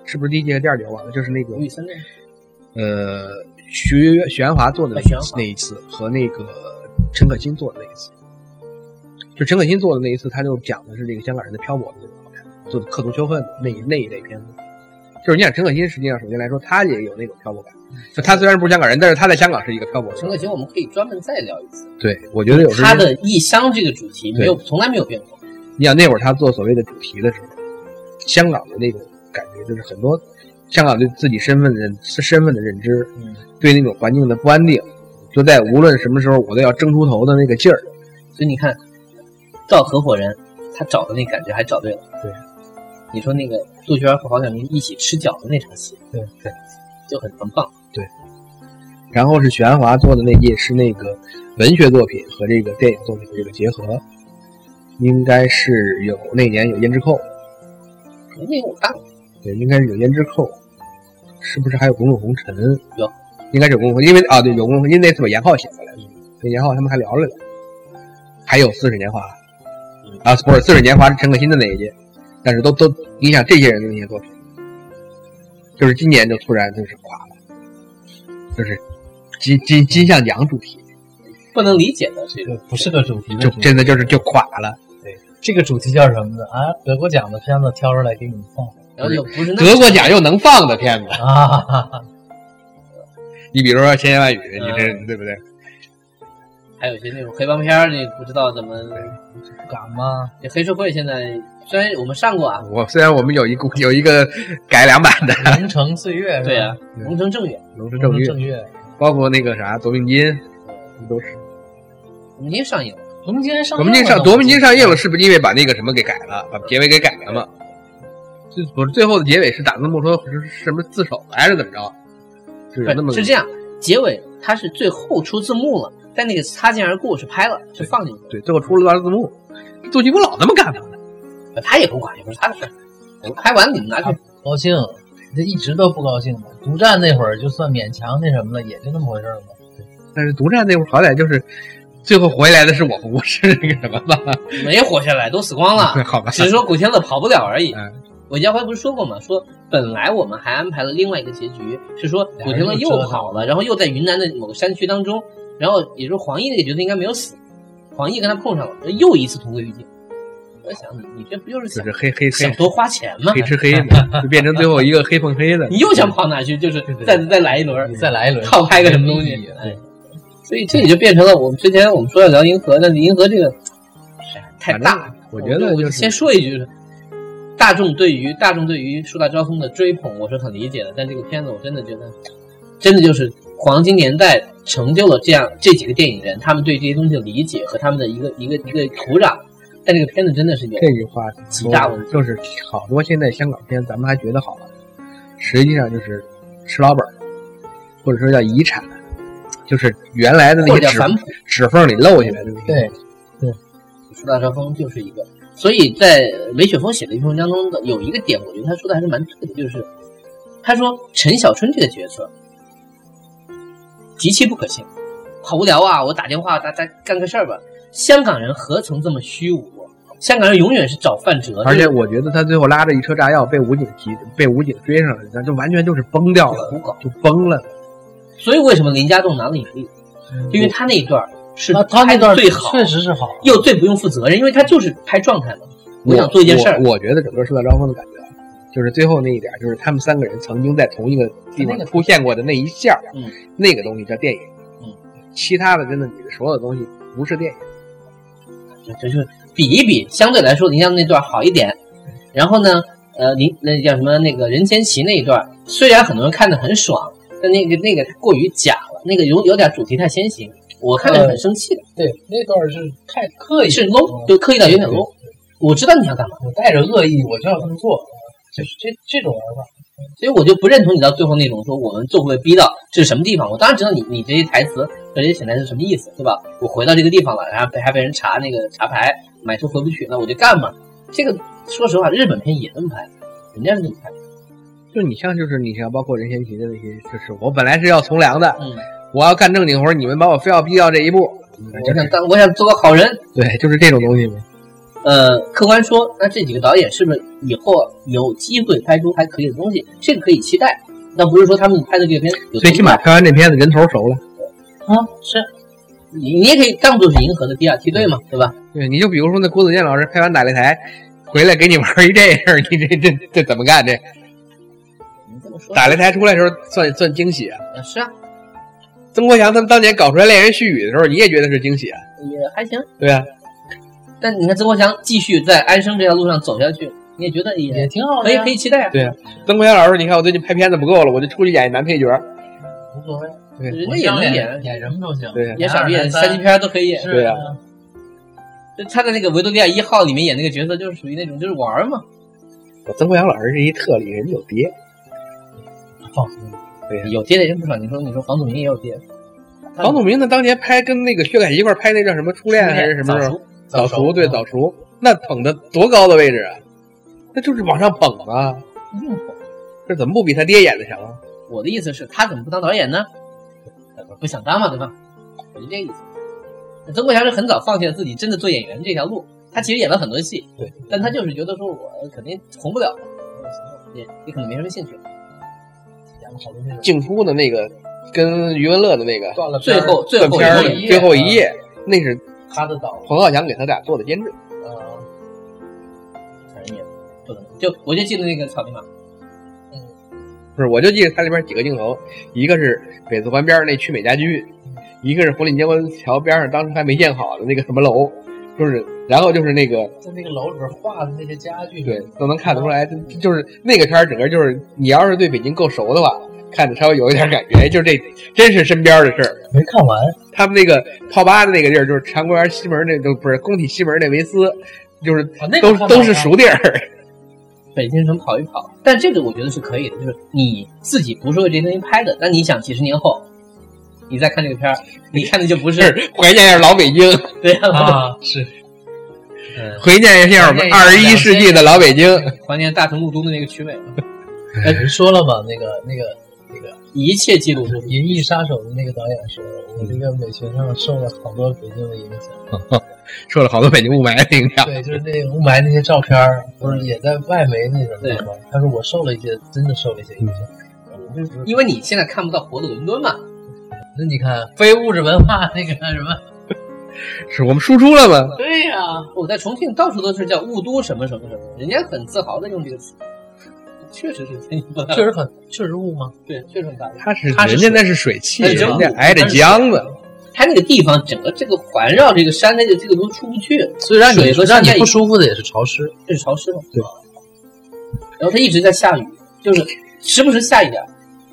Speaker 4: 是不是第一届和第二届我忘了？就是那个
Speaker 6: 吴宇森那个
Speaker 4: 呃徐徐安华做的那
Speaker 6: 啊徐安华
Speaker 4: 那一次和那个陈可辛做的那一次，就陈可辛做的那一次，他就讲的是这个香港人的漂泊的这个状态，做的刻毒羞愤那一那一类片子。就是你想陈可辛，实际上首先来说，他也有那种漂泊感。就他虽然不是香港人，但是他在香港是一个漂泊者。
Speaker 6: 嗯陈可辛，我们可以专门再聊一次。
Speaker 4: 对，我觉得有时候
Speaker 6: 他的异乡这个主题没有从来没有变过，
Speaker 4: 你想那会儿他做所谓的主题的时候，香港的那种感觉就是很多香港对自己身份的认身份的认知，
Speaker 6: 嗯
Speaker 4: 对那种环境的不安定，就在无论什么时候我都要争出头的那个劲儿。
Speaker 6: 所以你看到合伙人他找的那感觉还找对了。
Speaker 4: 对，
Speaker 6: 你说那个杜鹃和黄晓明一起吃饺子那场戏，
Speaker 4: 对对，
Speaker 6: 就很很棒。
Speaker 4: 然后是许鞍华做的那届是那个文学作品和这个电影作品的这个结合，应该是有那年有胭脂扣，
Speaker 6: 那个我当
Speaker 4: 对，应该是有胭脂扣，是不是还有滚滚红尘？
Speaker 6: 有，
Speaker 4: 应该是有滚滚红，因为啊对，有滚滚红，因为那次把严浩请过来了，跟严浩他们还聊了聊。还有四十年华，
Speaker 6: 嗯
Speaker 4: 啊不是四十年华是陈可辛的那一届，但是都都你想这些人的那些作品，就是今年就突然就是垮了，就是金金金像奖主题，
Speaker 6: 不能理解的这
Speaker 5: 这
Speaker 6: 种
Speaker 5: 个不是个主题
Speaker 4: 就
Speaker 5: 的主题，
Speaker 4: 真的就是就垮了。
Speaker 5: 这个主题叫什么呢？啊，德国奖的片子挑出来给你们放
Speaker 6: 然后又不是那
Speaker 4: 德国奖又能放的片子，
Speaker 5: 啊，
Speaker 4: 你比如说《千言万语》，你这
Speaker 6: 嗯
Speaker 4: 对不对？
Speaker 6: 还有一些那种黑帮片儿，你不知道怎么。
Speaker 5: 不敢 吗？
Speaker 6: 这黑社会现在虽然我们上过啊，
Speaker 4: 我虽然我们有一个有一个改良版的，
Speaker 5: 《龙城岁月》是吧？
Speaker 6: 对啊，
Speaker 4: 对
Speaker 6: 龙城正远，
Speaker 4: 龙之正
Speaker 5: 龙城
Speaker 6: 嗯
Speaker 4: 月，
Speaker 5: 正月，
Speaker 4: 包括那个啥夺命金，都
Speaker 6: 哦
Speaker 4: 是。
Speaker 6: 我们今天上映了，
Speaker 5: 夺命金还上
Speaker 4: 夺命金上夺命金上映了，，是不是因为把那个什么给改了，把结尾给改了嘛？就不是最后的结尾是打算莫说是什么自首还是怎么着？是有那么
Speaker 6: 不
Speaker 4: 个
Speaker 6: 是是这样，结尾它是最后出字幕了，但那个擦肩而过是拍了，是放进去
Speaker 4: 对，最后出了段字幕。杜琪峰老这么干嘛呢？
Speaker 6: 的，他也不管，也不是他的事儿，我拍完了你们拿去。
Speaker 5: 高兴，这一直都不高兴的。独占那会儿就算勉强那什么了，也就那么回事儿嘛。
Speaker 4: 但是独占那会儿好歹就是最后回来的是我，不是那个什么吧？，
Speaker 6: 没活下来，都死光了
Speaker 5: 啊
Speaker 4: 好吧，
Speaker 6: 啊只是说古天乐跑不了而已
Speaker 4: 嗯。
Speaker 6: 韦家辉不是说过吗？说本来我们还安排了另外一个结局，是说古天乐又跑了，然后又在云南的某个山区当中，然后也就是黄奕那个角色应该没有死，黄奕跟他碰上了，又一次同归于尽。我想你，你这不就是
Speaker 4: 就
Speaker 6: 想
Speaker 4: 是黑黑
Speaker 6: 想
Speaker 4: 黑
Speaker 6: 多花钱吗
Speaker 4: 黑？吃黑的，就变成最后一个黑碰黑的。
Speaker 6: 你又想跑哪去？就是
Speaker 5: 对对
Speaker 6: 再再来一轮
Speaker 5: 你，再来一 轮，
Speaker 6: 靠拍个什么东西
Speaker 5: 没意义？
Speaker 6: 哎所以这也就变成了我们之前我们说要聊银河，但是银河这个哎呀太
Speaker 4: 反
Speaker 6: 大
Speaker 4: 正
Speaker 6: 了。
Speaker 4: 我觉得
Speaker 6: 我
Speaker 4: 就是
Speaker 6: 先说一句，大众对于大众对于树大招风的追捧，我是很理解的。但这个片子，我真的觉得，真的就是黄金年代成就了这样这几个电影人，他们对这些东西的理解和他们的一个一个一个土壤。但这个片子真的是有
Speaker 4: 这句话
Speaker 6: 极大问题
Speaker 4: 就是好多现在香港片咱们还觉得好玩，实际上就是吃老本儿，或者说叫遗产，就是原来的那
Speaker 6: 或
Speaker 4: 些
Speaker 6: 者叫
Speaker 4: 指
Speaker 6: 反哺，
Speaker 4: 指缝里漏下来的那些。
Speaker 5: 对，
Speaker 6: 树大招风就是一个。所以在梅雪峰写的一篇文章中的有一个点，我觉得他说的还是蛮对的，就是他说陈小春这个角色极其不可信，好无聊啊！我打电话大家干个事儿吧。香港人何曾这么虚无？啊香港人永远是找饭辙，
Speaker 4: 而且我觉得他最后拉着一车炸药被武警提，被武警追上来，那就完全就是崩掉了，
Speaker 6: 胡搞。
Speaker 4: 就崩了。
Speaker 6: 所以为什么林家栋拿了影帝？因为他那一段儿是
Speaker 5: 嗯那他那
Speaker 6: 拍得
Speaker 5: 段
Speaker 6: 最好，
Speaker 5: 确实是好，
Speaker 6: 又最不用负责任，因为他就是拍状态嘛。我想做一件事儿，
Speaker 4: 我我觉得整个《树大招风》的感觉啊，就是最后那一点，就是他们三个人曾经在同一个地方
Speaker 5: 那个
Speaker 4: 出现过的那一下儿，
Speaker 6: 嗯
Speaker 4: 那个东西叫电影。
Speaker 6: 嗯，
Speaker 4: 其他的真的，你的所有的东西不是电影。
Speaker 6: 就就是比一比，相对来说林家栋那段好一点。然后呢，呃，林那叫什么那个任贤齐那一段，虽然很多人看得很爽，但那个那个过于假了，那个有有点主题太先行。我看着是很生气的，
Speaker 5: 对，那段是太刻意，
Speaker 6: 是 low，就刻意到有点 low。我知道你想干嘛，
Speaker 5: 我带着恶意，我就要这么做，就是这这种玩法。
Speaker 6: 所以我就不认同你到最后那种说我们做会被逼到这是什么地方。我当然知道你你这些台词和这些潜台词是什么意思，对吧？我回到这个地方了，然后被还被人查那个查牌，买车回不去，那我就干嘛？这个说实话，日本片也这么拍，人家是这么拍的，
Speaker 4: 就你像就是你像包括任贤齐的那些，就是我本来是要从良的，
Speaker 6: 嗯，
Speaker 4: 我要干正经活，你们把我非要逼到这一步，
Speaker 6: 我想当我想做个好人，
Speaker 4: 对，就是这种东西嘛。
Speaker 6: 呃，客观说，那这几个导演是不是以后有机会拍出还可以的东西？这个可以期待。那不是说他们拍的这个片有多
Speaker 4: 最起码拍完这片子人头熟了。
Speaker 6: 啊，是你你也可以当做是银河的第二梯队嘛，对吧？
Speaker 4: 对，你就比如说那郭子健老师拍完打擂台，回来给你玩一这事儿，你 这这这怎么干？这
Speaker 6: 嗯你这么说
Speaker 4: 打擂台出来的时候算算惊喜啊。
Speaker 6: 呃是啊，
Speaker 4: 曾国祥他们当年搞出来《恋人絮语》的时候，你也觉得是惊喜啊？
Speaker 6: 也还行。
Speaker 4: 对啊，
Speaker 6: 但你看曾国祥继续在安生这条路上走下去，你也觉得
Speaker 5: 也
Speaker 6: 也
Speaker 5: 挺好
Speaker 6: 可
Speaker 5: 的
Speaker 6: 以
Speaker 5: 呀，
Speaker 6: 可以期待啊，
Speaker 4: 对啊。曾国祥老师，你看我最近拍片子不够了，我就出去演一男配角。
Speaker 5: 无所谓。
Speaker 4: 对
Speaker 6: 人
Speaker 5: 我
Speaker 6: 家也能
Speaker 5: 想
Speaker 6: 演
Speaker 5: 演，演什么都行。
Speaker 4: 对啊
Speaker 6: 演傻逼、演
Speaker 5: 演二
Speaker 6: 三级片儿都可以演。
Speaker 5: 是
Speaker 4: 对啊
Speaker 5: 啊，
Speaker 6: 就他在那个维多利亚一号里面演那个角色，就是属于那种就是玩儿嘛。
Speaker 4: 我曾国祥老师是一特例，人家有爹。
Speaker 6: 有爹的人不少，你说你说黄祖明也有爹，
Speaker 4: 房祖名呢，当年拍跟那个薛凯一块儿拍那叫什么《初恋》还是什么
Speaker 6: 早
Speaker 4: 时候？
Speaker 6: 熟嗯
Speaker 4: 早熟，对早熟，那捧的多高的位置啊？那就是往上捧啊！
Speaker 6: 嗯
Speaker 4: 这怎么不比他爹演的强啊？
Speaker 6: 我的意思是，他怎么不当导演呢？呃不想当嘛，对吧？我就这个意思。曾国祥是很早放弃了自己真的做演员这条路，他其实演了很多戏，
Speaker 4: 对，
Speaker 6: 但他就是觉得说我肯定红不了，也也可能没什么兴趣。
Speaker 5: 演过好多那种
Speaker 4: 净出的那个跟余文乐的那个
Speaker 5: 断了
Speaker 6: 最
Speaker 5: 片儿
Speaker 6: 后最
Speaker 4: 断
Speaker 6: 后
Speaker 4: 片儿
Speaker 6: 一
Speaker 5: 一页
Speaker 4: 最后一页，那是
Speaker 5: 他的导
Speaker 4: 黄浩翔给他俩做的监制。
Speaker 5: 呃
Speaker 6: 反正也不能，就我就记得那个草泥马，
Speaker 4: 不是，我就记得它里边几个镜头，一个是北四环边儿那去美家居，一个是红岭结婚桥边上当时还没建好的那个什么楼，就是，然后就是那个
Speaker 5: 在那个楼里边画的那些家具，
Speaker 4: 对，都能看得出来，就就是那个片儿，整个就是你要是对北京够熟的话，看着稍微有一点感觉，就是这真是身边儿的事儿。
Speaker 5: 没看完，
Speaker 4: 他们那个泡吧的那个地儿，就是长公园西门那，就不是工体西门那维斯，就是
Speaker 5: 啊
Speaker 6: 哎
Speaker 5: 那个
Speaker 4: 都
Speaker 5: 看完
Speaker 4: 都是
Speaker 5: 了
Speaker 4: 熟地儿。
Speaker 6: 北京城跑一跑，但这个我觉得是可以的，就是你自己不是为这些东西拍的，但你想几十年后，你再看这个片儿，你看的就不是
Speaker 4: 是怀念一下老北京，
Speaker 6: 对啊，
Speaker 5: 啊，是
Speaker 6: 嗯
Speaker 4: 怀念一下我们二十一世纪的老北京。
Speaker 6: 怀念大成故都的那个区位，啊
Speaker 5: 哎，你说了嘛？那个那个那个
Speaker 6: 一切记录
Speaker 5: 《银翼杀手》的那个导演说，我这个美学上受了好多北京的影响。
Speaker 4: 受了好多北京雾霾的影响。
Speaker 5: 对，就是那个雾霾那些照片儿，不是也在外媒那种地方。他说我受了一些，真的受了一些影响。我就是，
Speaker 6: 因为你现在看不到活的伦敦嘛，
Speaker 5: 那你看非物质文化那个什么，
Speaker 4: 是我们输出了吗？
Speaker 6: 对呀、哦我在重庆到处都是叫雾都什么什么什么，人家很自豪的用这个词，确实是真不大
Speaker 5: 确实很确实雾吗？
Speaker 6: 对，确实很大。
Speaker 4: 他是
Speaker 6: 它是
Speaker 4: 人家那是水汽，
Speaker 6: 水
Speaker 4: 人家挨着江子。
Speaker 6: 它那个地方整个这个环绕这个山的这个这个都出不去，
Speaker 5: 所以让你
Speaker 6: 水和现
Speaker 5: 让你
Speaker 6: 在
Speaker 5: 不
Speaker 6: 一
Speaker 5: 舒服的也是潮湿。
Speaker 6: 这是潮湿嘛。对。然后它一直在下雨，就是时不时下一点儿，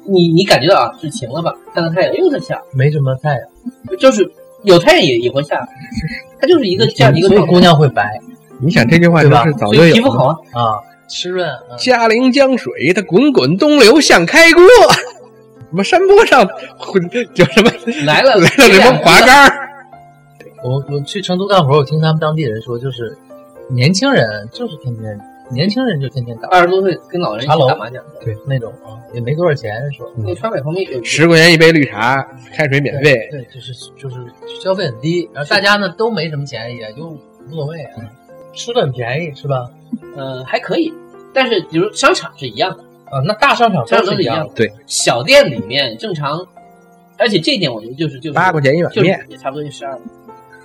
Speaker 6: 你你感觉到啊是晴了吧？看到太阳又在下，
Speaker 5: 没什么太阳，
Speaker 6: 就是有太阳也也会下，它就是一个这样的一个
Speaker 5: 所以
Speaker 6: 状态
Speaker 5: 姑娘会白
Speaker 4: 你想这句话就是
Speaker 5: 对
Speaker 4: 早
Speaker 6: 所
Speaker 4: 就
Speaker 6: 以
Speaker 4: 有
Speaker 6: 皮肤
Speaker 4: 了。
Speaker 6: 好啊，
Speaker 5: 啊，湿润啊。
Speaker 4: 嘉陵江水，它滚滚东流向开锅。 什么山坡上混叫什么
Speaker 6: 来了
Speaker 4: 来了什么滑竿儿？
Speaker 5: 我我去成都干活，我听他们当地人说，就是年轻人就是天天年轻人就天天打
Speaker 6: 二十多岁跟老人一
Speaker 5: 茶楼
Speaker 6: 起打麻将，
Speaker 5: 对那种啊，也没多少钱说。
Speaker 6: 那川北旁边有
Speaker 4: 十块钱一杯绿茶，开水免费。
Speaker 5: 啊对，就是就是消费很低，然后大家呢都没什么钱，也就无所谓啊，吃的很便宜是吧？
Speaker 6: 呃，还可以。但是，比如商场是一样的，
Speaker 5: 啊，那大商场
Speaker 6: 商场
Speaker 5: 都
Speaker 6: 都
Speaker 5: 是
Speaker 6: 是
Speaker 5: 一
Speaker 6: 一样
Speaker 5: 样
Speaker 6: 的。
Speaker 4: 对，
Speaker 6: 小店里面正常，而且这一点我觉得就是就是
Speaker 4: 八块钱一碗
Speaker 6: 就是
Speaker 4: 面，
Speaker 6: 也差不多就十二。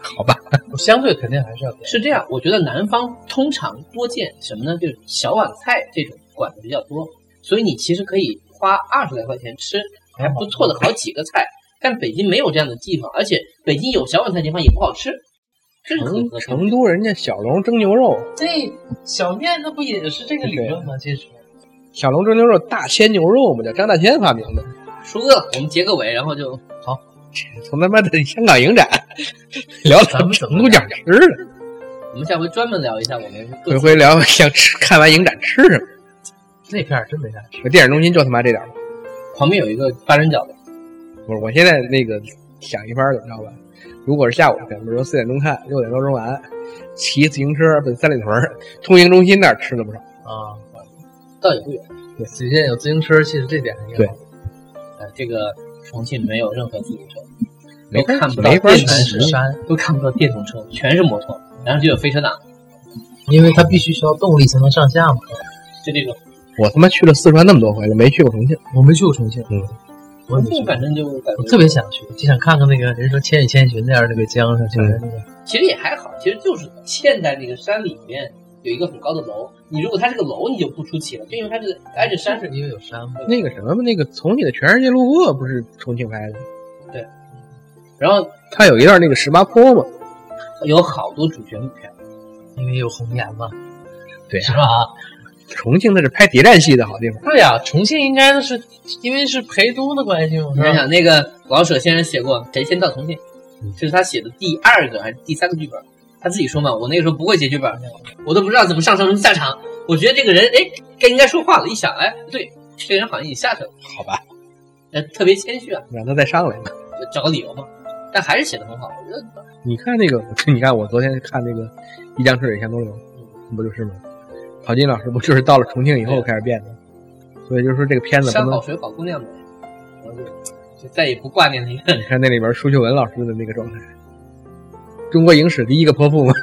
Speaker 4: 好吧？
Speaker 5: 的，相对肯定还是要便宜。
Speaker 6: 是这样，我觉得南方通常多见什么呢？就是小碗菜这种馆子比较多，所以你其实可以花二十来块钱吃还不错的好几个菜。但北京没有这样的地方，而且北京有小碗菜的地方也不好吃，这是很
Speaker 4: 成
Speaker 6: 可惜的
Speaker 4: 成都人家小笼蒸牛肉，
Speaker 5: 这小面那不也是这个理论吗？其实
Speaker 4: 小笼蒸牛肉大千牛肉嘛，叫张大千发明的。
Speaker 6: 说饿了，我们结个尾，然后就
Speaker 5: 好。
Speaker 4: 从他妈的香港影展聊到
Speaker 5: 咱们怎么
Speaker 4: 成都讲吃的，
Speaker 6: 我们下回专门聊一下我们各
Speaker 4: 回
Speaker 6: 自
Speaker 4: 回聊 想吃看完影展吃什么。
Speaker 5: 那片儿真没啥吃。
Speaker 4: 电影中心就他妈这点儿吧。
Speaker 6: 旁边有一个八人角的，
Speaker 4: 不是，我现在那个想一番儿怎么着吧？如果是下午片，比如说四点钟看，六点多钟完，骑自行车奔三里屯儿通营中心那儿吃了不少。
Speaker 5: 啊，
Speaker 6: 倒也不远。
Speaker 5: 几县有自行车，其实这点也好
Speaker 4: 对
Speaker 6: 呃，这个重庆没有任何自行车，
Speaker 4: 没法
Speaker 6: 都
Speaker 5: 哎
Speaker 6: 看不到
Speaker 4: 没法
Speaker 6: 电
Speaker 5: 全
Speaker 6: 池
Speaker 5: 是山，
Speaker 6: 都看不到电动车，全是摩托，然后就有飞车党，
Speaker 5: 因为它必须需要动力才能上下嘛。
Speaker 6: 就这种。
Speaker 4: 我他妈去了四川那么多回了，没去过重庆。
Speaker 5: 我没去过重庆，
Speaker 4: 嗯，
Speaker 5: 我也没去
Speaker 6: 我
Speaker 5: 过
Speaker 6: 反。正就感
Speaker 5: 我
Speaker 6: 觉
Speaker 5: 特别想去，就想看看那个人说《千与千寻》那样那个江上，就是那个
Speaker 6: 其实也还好，其实就是嵌在那个山里面有一个很高的楼，你如果它是个楼，你就不出奇了，就因为它是挨着山
Speaker 5: 是因为有山嘛。
Speaker 4: 那个什么，那个从你的全世界路过不是重庆拍的？
Speaker 6: 然后
Speaker 4: 他有一段那个十八坡嘛，
Speaker 6: 有好多主旋律片，
Speaker 5: 因为有红岩嘛，
Speaker 4: 对啊
Speaker 5: 是吧？
Speaker 4: 重庆那是拍谍战戏的好地方。
Speaker 5: 对呀、重庆应该是因为是陪都的关系嘛，
Speaker 6: 你
Speaker 5: 是
Speaker 4: 嗯
Speaker 6: 想
Speaker 5: 吧？
Speaker 6: 想那个老舍先生写过《谁先到重庆》，这是他写的第二个还是第三个剧本？他自己说嘛，我那个时候不会写剧本，我都不知道怎么上场怎么下场。我觉得这个人哎该应该说话了，一想哎不对，这个人好像已经下去了，
Speaker 4: 好吧，
Speaker 6: 呃特别谦虚啊，
Speaker 4: 让他再上来嘛。
Speaker 6: 就找个理由嘛。但还是写的很好，我觉得
Speaker 4: 你看那个， 你看我昨天看那个《一江春水向东流》，不就是吗？郝金老师不就是到了重庆以后开始变的？所以就是说这个片子
Speaker 6: 山
Speaker 4: 不
Speaker 6: 好
Speaker 4: 能，
Speaker 6: 水好姑娘美，然后就就再也不挂念那个
Speaker 4: 你看那里边舒秀文老师的那个状态，中国影史第一个泼妇嘛。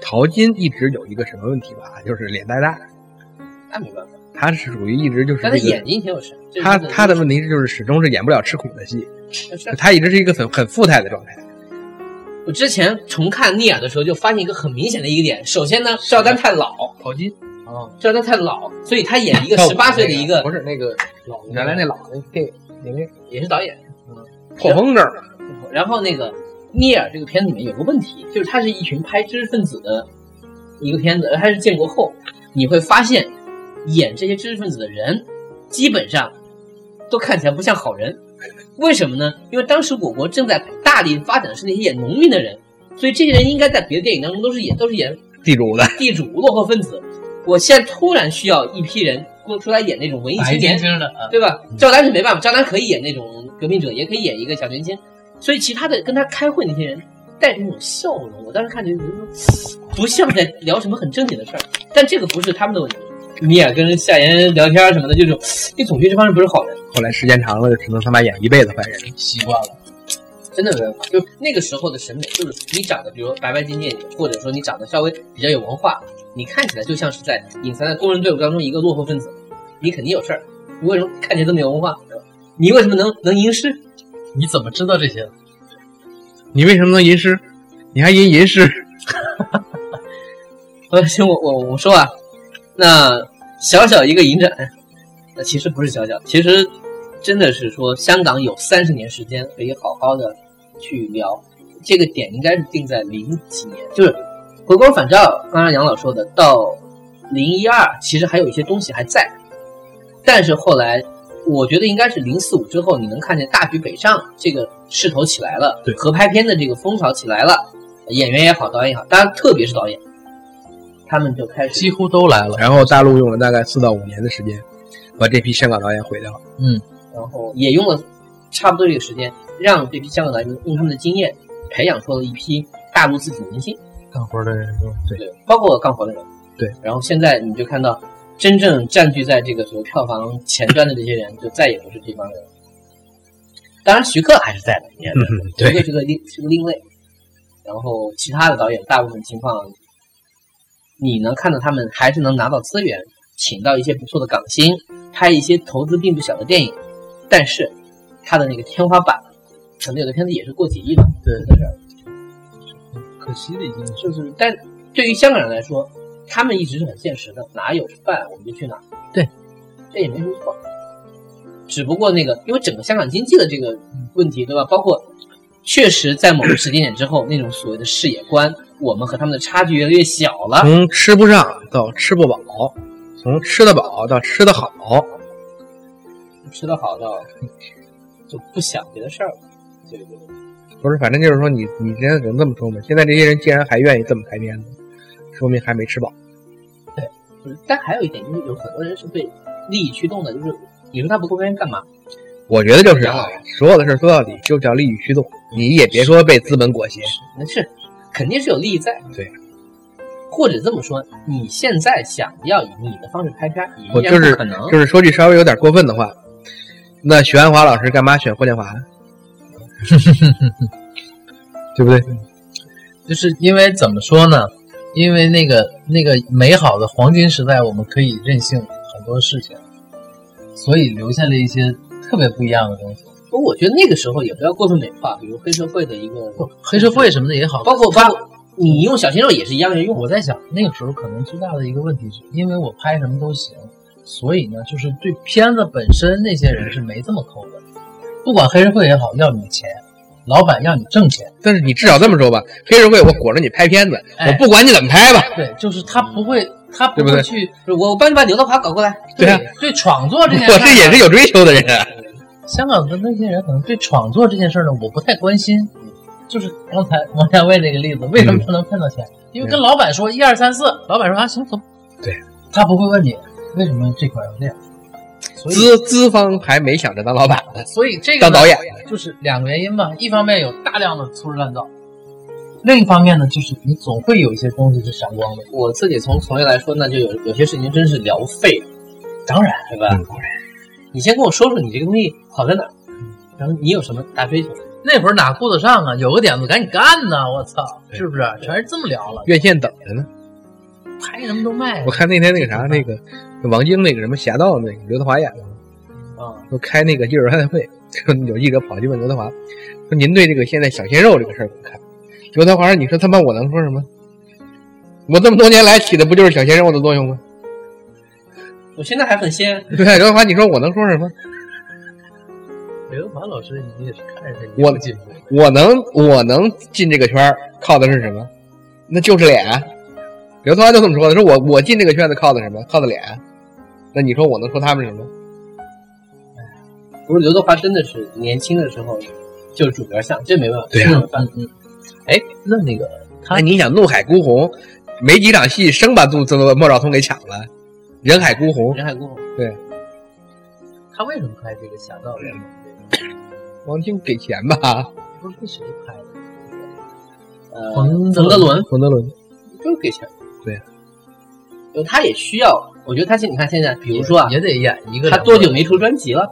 Speaker 4: 陶金一直有一个什么问题吧，就是脸蛋大，
Speaker 6: 那没办法。
Speaker 4: 他是属于一直就是、这
Speaker 6: 但
Speaker 4: 个
Speaker 6: 他眼睛挺有神，这是
Speaker 4: 他他的
Speaker 6: 优
Speaker 4: 问题是就是始终是演不了吃苦的戏，
Speaker 6: 势
Speaker 4: 他一直是一个很很富态的状态。
Speaker 6: 我之前重看《聂耳》的时候，就发现一个很明显的一个点。首先呢，邵丹太老，
Speaker 4: 陶金
Speaker 6: 邵丹太老，所以哦他演一个
Speaker 4: 跳舞
Speaker 6: 十八岁的一个
Speaker 4: 不是那个
Speaker 6: 老人
Speaker 4: 原来那老那电影里面
Speaker 6: 也是导演。
Speaker 4: 破风筝儿，
Speaker 6: 然后那个《聂耳》这个片子里面有个问题，就是它是一群拍知识分子的一个片子，而它是建国后，你会发现演这些知识分子的人基本上都看起来不像好人，为什么呢？因为当时我国正在大力发展的是那些演农民的人，所以这些人应该在别的电影当中都是演都是演
Speaker 4: 地主的，
Speaker 6: 地主落后分子。我现在突然需要一批人供出来演那种文艺青年，
Speaker 5: 净
Speaker 4: 哎
Speaker 5: 的啊，
Speaker 6: 对吧？赵丹是没办法，赵丹可以演那种革命者，也可以演一个小年轻，所以其他的跟他开会那些人带着那种笑容，我当时看着就觉得说不像在聊什么很正经的事儿，但这个不是他们的问题。米尔跟夏言聊天什么的，就是你总觉得这帮人不是好人，
Speaker 4: 后来时间长了就只能他妈演一辈子坏人。
Speaker 5: 习惯了。
Speaker 6: 真的没办法。就那个时候的审美，就是你长得比如白白净净，或者说你长得稍微比较有文化，你看起来就像是在隐藏在工人队伍当中一个落后分子，你肯定有事儿。你为什么看起来这么有文化？你为什么能能吟诗？
Speaker 5: 你怎么知道这些的？
Speaker 4: 你为什么能吟诗？你还吟吟诗？
Speaker 6: 呃，行， 我我我说啊，那小小一个影展，那呃其实不是小小，其实真的是说香港有三十年时间可以好好的去聊，这个点应该是定在零几年，就是回光返照。刚刚杨老说的，到零一二，其实还有一些东西还在，但是后来我觉得应该是零四五之后，你能看见大局北上这个势头起来了，
Speaker 4: 对
Speaker 6: 合拍片的这个风潮起来了，演员也好，导演也好，当然特别是导演。他们就开始
Speaker 5: 几乎都来了，
Speaker 4: 然后大陆用了大概四到五年的时间，把这批香港导演毁掉。
Speaker 6: 然后也用了差不多这个时间，让这批香港导演用他们的经验培养出了一批大陆自己的明星，
Speaker 5: 干活的人多。
Speaker 6: 对，包括干活的人，
Speaker 4: 对。
Speaker 6: 然后现在你就看到，真正占据在这个所谓票房前端的这些人，就再也不是这帮人了。当然，徐克还是在的，你看
Speaker 4: 嗯，
Speaker 6: 徐克，是个另是个另类。然后其他的导演，大部分情况，你能看到他们还是能拿到资源，请到一些不错的港星，拍一些投资并不小的电影，但是他的那个天花板，可能有的片子也是过几亿的，
Speaker 5: 对
Speaker 6: 这个事儿
Speaker 5: 可惜的已经是
Speaker 6: 就是，但对于香港人来说，他们一直是很现实的，哪有饭我们就去哪。
Speaker 5: 对，
Speaker 6: 这也没什么错。只不过那个，因为整个香港经济的这个问题，对吧？包括确实在某个时间点之后，那种所谓的视野观，我们和他们的差距越来越小了。
Speaker 4: 从吃不上到吃不饱，从吃得饱到吃得好，
Speaker 6: 吃得好到就不想别的事儿了。
Speaker 5: 对对对，
Speaker 4: 不是，反正就是说你你之前能这么说吗？现在这些人竟然还愿意这么拍片子，说明还没吃饱。
Speaker 6: 嗯但还有一点就是，有很多人是被利益驱动的，就是你说他不够片干嘛？
Speaker 4: 我觉得就是
Speaker 6: 养
Speaker 4: 啊
Speaker 6: 老呀，
Speaker 4: 所有的事儿说到底就叫利益驱动，你也别说被资本裹挟。
Speaker 6: 那是肯定是有利益在。
Speaker 4: 对，
Speaker 6: 或者这么说，你现在想要以你的方式拍片，也
Speaker 4: 我
Speaker 6: 依
Speaker 4: 就
Speaker 6: 然
Speaker 4: 是
Speaker 6: 不可能。
Speaker 4: 就是说句稍微有点过分的话，那许鞍华老师干嘛选霍建华？对不对？
Speaker 5: 就是因为怎么说呢？因为那个那个美好的黄金时代，我们可以任性很多事情，所以留下了一些特别不一样的东西。
Speaker 6: 不过我觉得那个时候也不要过分美化，比如黑社会的一个，
Speaker 5: 黑社会什么的也好，
Speaker 6: 包括包括你用小鲜肉也是一样的用。
Speaker 5: 我在想，那个时候可能最大的一个问题是，因为我拍什么都行，所以呢，就是对片子本身那些人是没这么抠的，不管黑社会也好，要你钱，老板要你挣钱，
Speaker 4: 但是你至少这么说吧，黑社会我裹着你拍片子，
Speaker 5: 哎
Speaker 4: 我不管你怎么拍吧，
Speaker 5: 对，就是他不会，他不
Speaker 4: 对不
Speaker 5: 会
Speaker 4: 对
Speaker 5: 去
Speaker 6: 我帮你把刘德华搞过来，
Speaker 4: 对啊
Speaker 5: 对创作这件事
Speaker 4: 我
Speaker 5: 儿呢，
Speaker 4: 这也是有追求的人。啊
Speaker 5: 香港的那些人可能对创作这件事儿呢，我不太关心。就是刚才王家卫那个例子，为什么他能骗到钱？因为跟老板说一二三四，老板说啊行走。
Speaker 4: 对，
Speaker 5: 他不会问你为什么这块要这样。所以，
Speaker 4: 资资方还没想着当老板呢，
Speaker 5: 所以这个
Speaker 4: 当
Speaker 5: 呢
Speaker 4: 导演。
Speaker 5: 就是两个原因吧。一方面有大量的粗制滥造，另一方面呢，就是你总会有一些东西是闪光的。
Speaker 6: 我自己从从业来说，那就有有些事情真是聊废了，
Speaker 5: 当然，嗯
Speaker 6: 对吧？当然，你先跟我说说你这个东西好在哪儿，然后你有什么大追求？
Speaker 5: 嗯那会儿哪顾得上啊？有个点子赶紧干呐！我操，是不是？全是这么聊了，
Speaker 4: 院线等着呢。
Speaker 5: 拍什么都卖啊
Speaker 4: 我看那天那个啥，那个王晶那个什么侠盗那个刘德华演的，
Speaker 5: 啊。
Speaker 4: 说开那个记者招待会， 有记者跑去问刘德华，说您对这个现在小鲜肉这个事儿怎么看？刘德华说：“你说他妈我能说什么？我这么多年来起的不就是小鲜肉的作用吗？
Speaker 6: 我现在还很鲜，
Speaker 4: 对啊，刘德华，你说我能说什么？
Speaker 5: 刘德华老师，你也是看着他
Speaker 4: 我
Speaker 5: 进步，
Speaker 4: 我能我能进这个圈儿靠的是什么？那就是脸。啊刘德华就这么说的，说我我进这个圈子靠的什么？靠的脸。啊那你说我能说他们什么？
Speaker 6: 不是刘德华真的是年轻的时候就是主角像，这没办法，
Speaker 4: 对啊
Speaker 6: 这没办法。
Speaker 5: 哎，那那个他
Speaker 4: 那你想《怒海孤鸿》，没几场戏，生把杜莫兆聪给抢了，《人海孤鸿》
Speaker 6: 人海孤鸿，
Speaker 5: 他为什么拍这个《侠盗联盟》这
Speaker 4: 王晶给钱吧？
Speaker 5: 个？不是跟谁拍的？
Speaker 6: 呃，
Speaker 5: 冯
Speaker 6: 冯
Speaker 5: 德
Speaker 6: 德伦
Speaker 4: 冯德伦
Speaker 6: 就是给钱，
Speaker 4: 对啊
Speaker 6: 呃，他也需要，我觉得他现你看现在，比如说啊，
Speaker 5: 也得演一个，
Speaker 6: 他多久没出专辑了，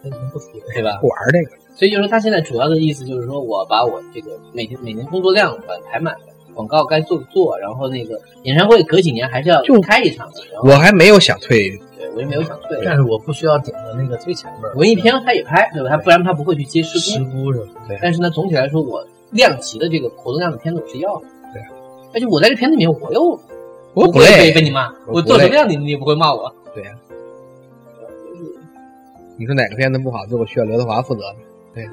Speaker 5: 他已经不出了？
Speaker 6: 对吧？
Speaker 4: 不玩这个，
Speaker 6: 所以就是说他现在主要的意思就是说我把我这个每天每年工作量把它排满了。广告该做做，然后那个演唱会隔几年还是要
Speaker 4: 就
Speaker 6: 开一场的，然后
Speaker 4: 我还没有想退。
Speaker 6: 对我也没有想退。
Speaker 5: 但是我不需要顶到那个最前面儿。
Speaker 6: 文艺片他也拍，对吧？他不然他不会去接施工
Speaker 5: 石。姑什么的，
Speaker 6: 但是呢，总体来说，我量级的这个活动量的片子我是要的。
Speaker 4: 对啊，
Speaker 6: 而且我在这片子里面，我又
Speaker 4: 我
Speaker 6: 不
Speaker 4: 不
Speaker 6: 会被
Speaker 4: 累，
Speaker 6: 被你骂，
Speaker 4: 我
Speaker 6: 我
Speaker 4: 不
Speaker 6: 做什
Speaker 4: 累
Speaker 6: 么样你你也不会骂我。
Speaker 4: 对呀、你说哪个片子不好，最后需要刘德华负责？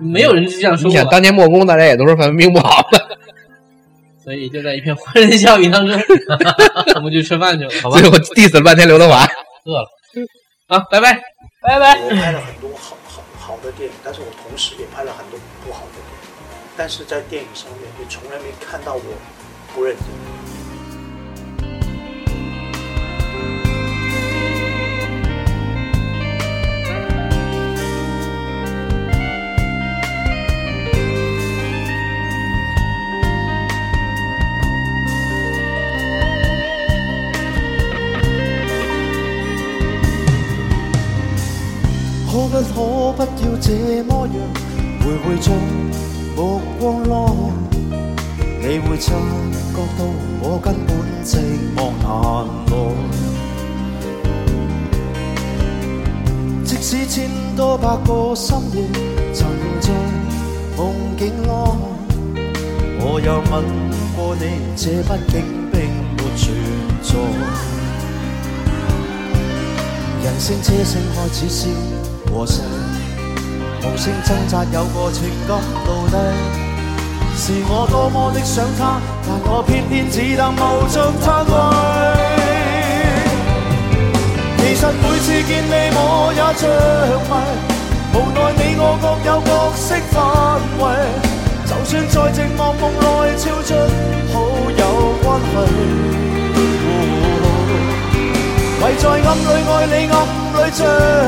Speaker 6: 没有人是这样
Speaker 4: 嗯
Speaker 6: 说
Speaker 4: 你
Speaker 6: 我
Speaker 4: 想，当年莫宫，大家也都说范冰冰不好嘛，
Speaker 6: 所以就在一片欢声笑语当中， 我们去吃饭去了，好吧
Speaker 4: 最？后 diss 了半天刘德华。
Speaker 6: 啊，拜拜，拜拜。
Speaker 7: 我 拍了很多好好好的电影，但是我同时也拍了很多不好的电影，但是在电影上面也从来没看到我不认真。
Speaker 8: 可不可不要這麼樣？回回在目光內，你會察覺到我根本寂寞難耐。即使千多百個深夜曾在夢境內，我有問過你，這畢竟並沒存在。人聲車聲開始消和逝，無聲掙扎有個情感奴隸。是我多麼的想他，但我偏偏只得無盡嘆謂。其實每次見你我也着迷，無奈你我各有角色範圍，就算再寂寞，夢內超出好友關係。唯在暗裏愛你，暗裏着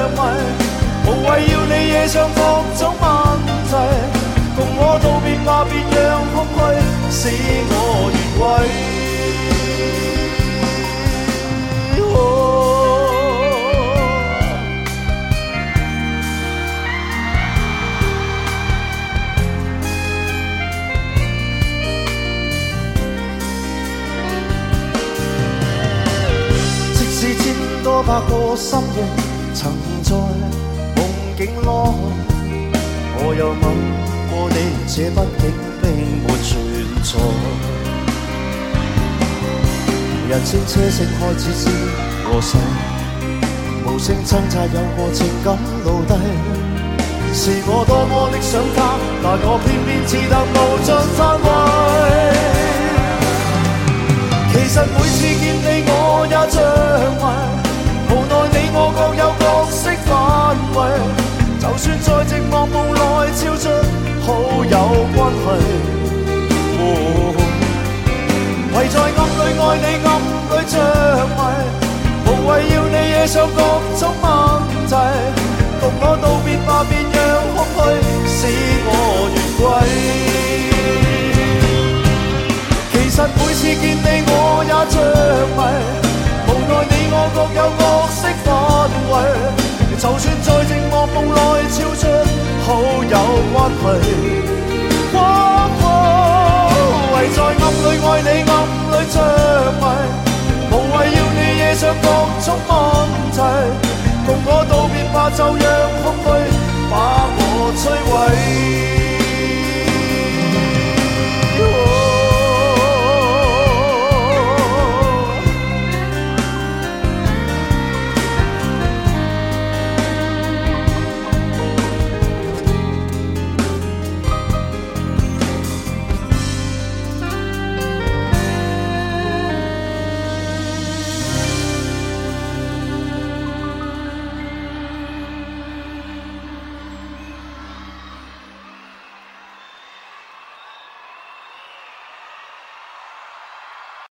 Speaker 8: 迷，無謂要你夜上各種問題。共我道別吧，別讓空虛使我越軌。哦即使千多百個心影曾在夢境內，我又問過你，這畢竟並沒存在。人聲車聲開始知我細，無聲掙扎有過情感奴隸。是我多麼的想他，但我偏偏自得無盡反胃。其實每次見你我也着迷，無奈你我各有角色範圍，就算再寂寞，夢內超出好友關係。哦唯在暗裏愛你，暗裏着迷，無謂要你惹上各種問題，同我道別吧，便讓空虛使我越軌。其實每次見你我也着迷，無奈你我各有角色範圍，就算再寂寞，夢內超出好友關係。哦哦唯在暗裏愛你，暗裏着迷，無謂要你惹上各種問題。